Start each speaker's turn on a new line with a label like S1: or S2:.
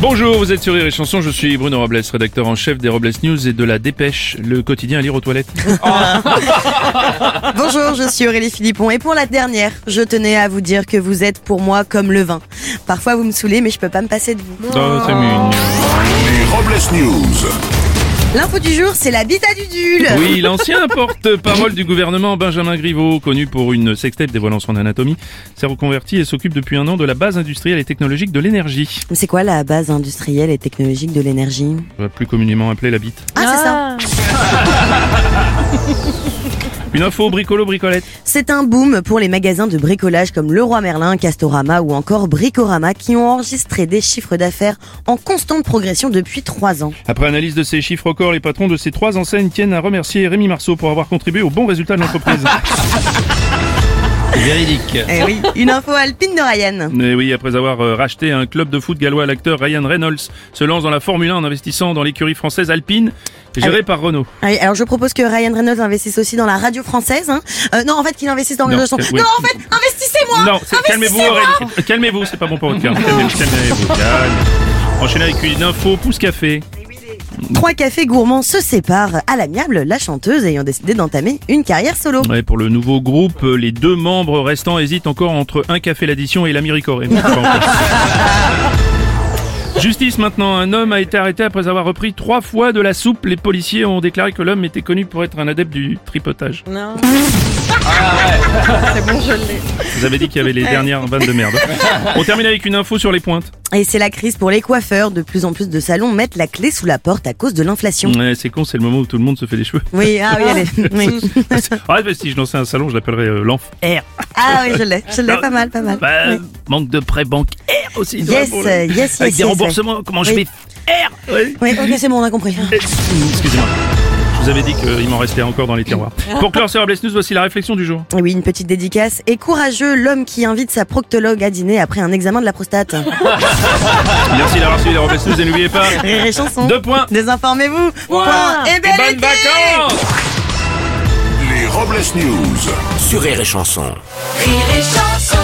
S1: Bonjour, vous êtes sur Rire et Chanson, je suis Bruno Robles, rédacteur en chef des Robles News et de la Dépêche, le quotidien à lire aux toilettes.
S2: Bonjour, je suis Aurélie Philippon et pour la dernière, je tenais à vous dire que vous êtes pour moi comme le vin. Parfois vous me saoulez mais je peux pas me passer de vous.
S1: Oh, c'est mignon.
S3: Les Robles News.
S2: L'info du jour, c'est l'habitat du Dul.
S1: Oui, l'ancien porte-parole du gouvernement Benjamin Griveaux, connu pour une sextape dévoilant son anatomie, s'est reconverti et s'occupe depuis un an de la base industrielle et technologique de l'énergie,
S2: Mais C'est quoi la base industrielle et technologique de l'énergie
S1: plus communément appelée la bite.
S2: Ah, c'est ça.
S1: Une info bricolo-bricolette.
S2: C'est un boom pour les magasins de bricolage comme Leroy Merlin, Castorama ou encore Bricorama qui ont enregistré des chiffres d'affaires en constante progression depuis trois ans.
S1: Après analyse de ces chiffres records, les patrons de ces trois enseignes tiennent à remercier Rémi Marceau pour avoir contribué au bon résultat de l'entreprise. Véridique.
S2: Eh oui, une info alpine de Ryan.
S1: Mais oui, après avoir euh, racheté un club de foot gallois, l'acteur Ryan Reynolds se lance dans la Formule 1 en investissant dans l'écurie française Alpine, gérée par Renault.
S2: Ah oui, alors je propose que Ryan Reynolds investisse aussi dans la radio française. Hein. Euh, non, en fait, qu'il investisse dans
S1: Non,
S2: la chanson.
S1: c'est- oui.
S2: Non, en fait, investissez-moi
S1: non, c'est- calmez-vous,
S2: Investissez-moi
S1: Aurélie. Euh, Calmez-vous, c'est pas bon pour votre cœur. Calmez-vous, calmez-vous, calme. Enchaînez avec une info pouce café.
S2: Trois cafés gourmands se séparent à l'amiable, la chanteuse ayant décidé d'entamer une carrière solo.
S1: Ouais, pour le nouveau groupe, euh, les deux membres restants hésitent encore entre un café l'addition et l'américoré. Mais pas encore. Justice maintenant, un homme a été arrêté après avoir repris trois fois de la soupe. Les policiers ont déclaré que l'homme était connu pour être un adepte du tripotage. Vous avez dit qu'il y avait les dernières vannes de merde. On termine avec une info sur les pointes.
S2: Et c'est la crise pour les coiffeurs. De plus en plus de salons mettent la clé sous la porte à cause de l'inflation.
S1: Ouais, c'est con, c'est le moment où tout le monde se fait des cheveux.
S2: Oui, ah oui, allez. Oui.
S1: Ah, mais si je lançais un salon, je l'appellerais euh, l'enf.
S2: Ah oui, je l'ai, je l'ai pas mal, pas mal.
S1: Bah,
S2: Oui.
S1: Manque de prêt bancaire aussi. tu
S2: Yes,
S1: vois, pour le-
S2: yes, yes,
S1: Avec
S2: yes,
S1: des
S2: yes.
S1: remboursements, comment je
S2: Oui.
S1: vais faire Ouais.
S2: Oui, ok, c'est bon, on a compris.
S1: Excusez-moi. Je vous avais dit qu'il m'en restait encore dans les tiroirs.
S2: Ah.
S1: Pour clore sur Robles News, voici la réflexion du jour.
S2: Et oui, une petite dédicace. Et courageux, l'homme qui invite sa proctologue à dîner après un examen de la prostate.
S1: Merci d'avoir suivi les Robles News et n'oubliez pas.
S2: Rire et chanson.
S1: Deux points.
S2: Désinformez-vous. Point. Et bel
S1: Bonnes
S2: été
S1: vacances
S3: Les Robles News.
S4: Sur Rire et Chanson.
S5: Rire et chanson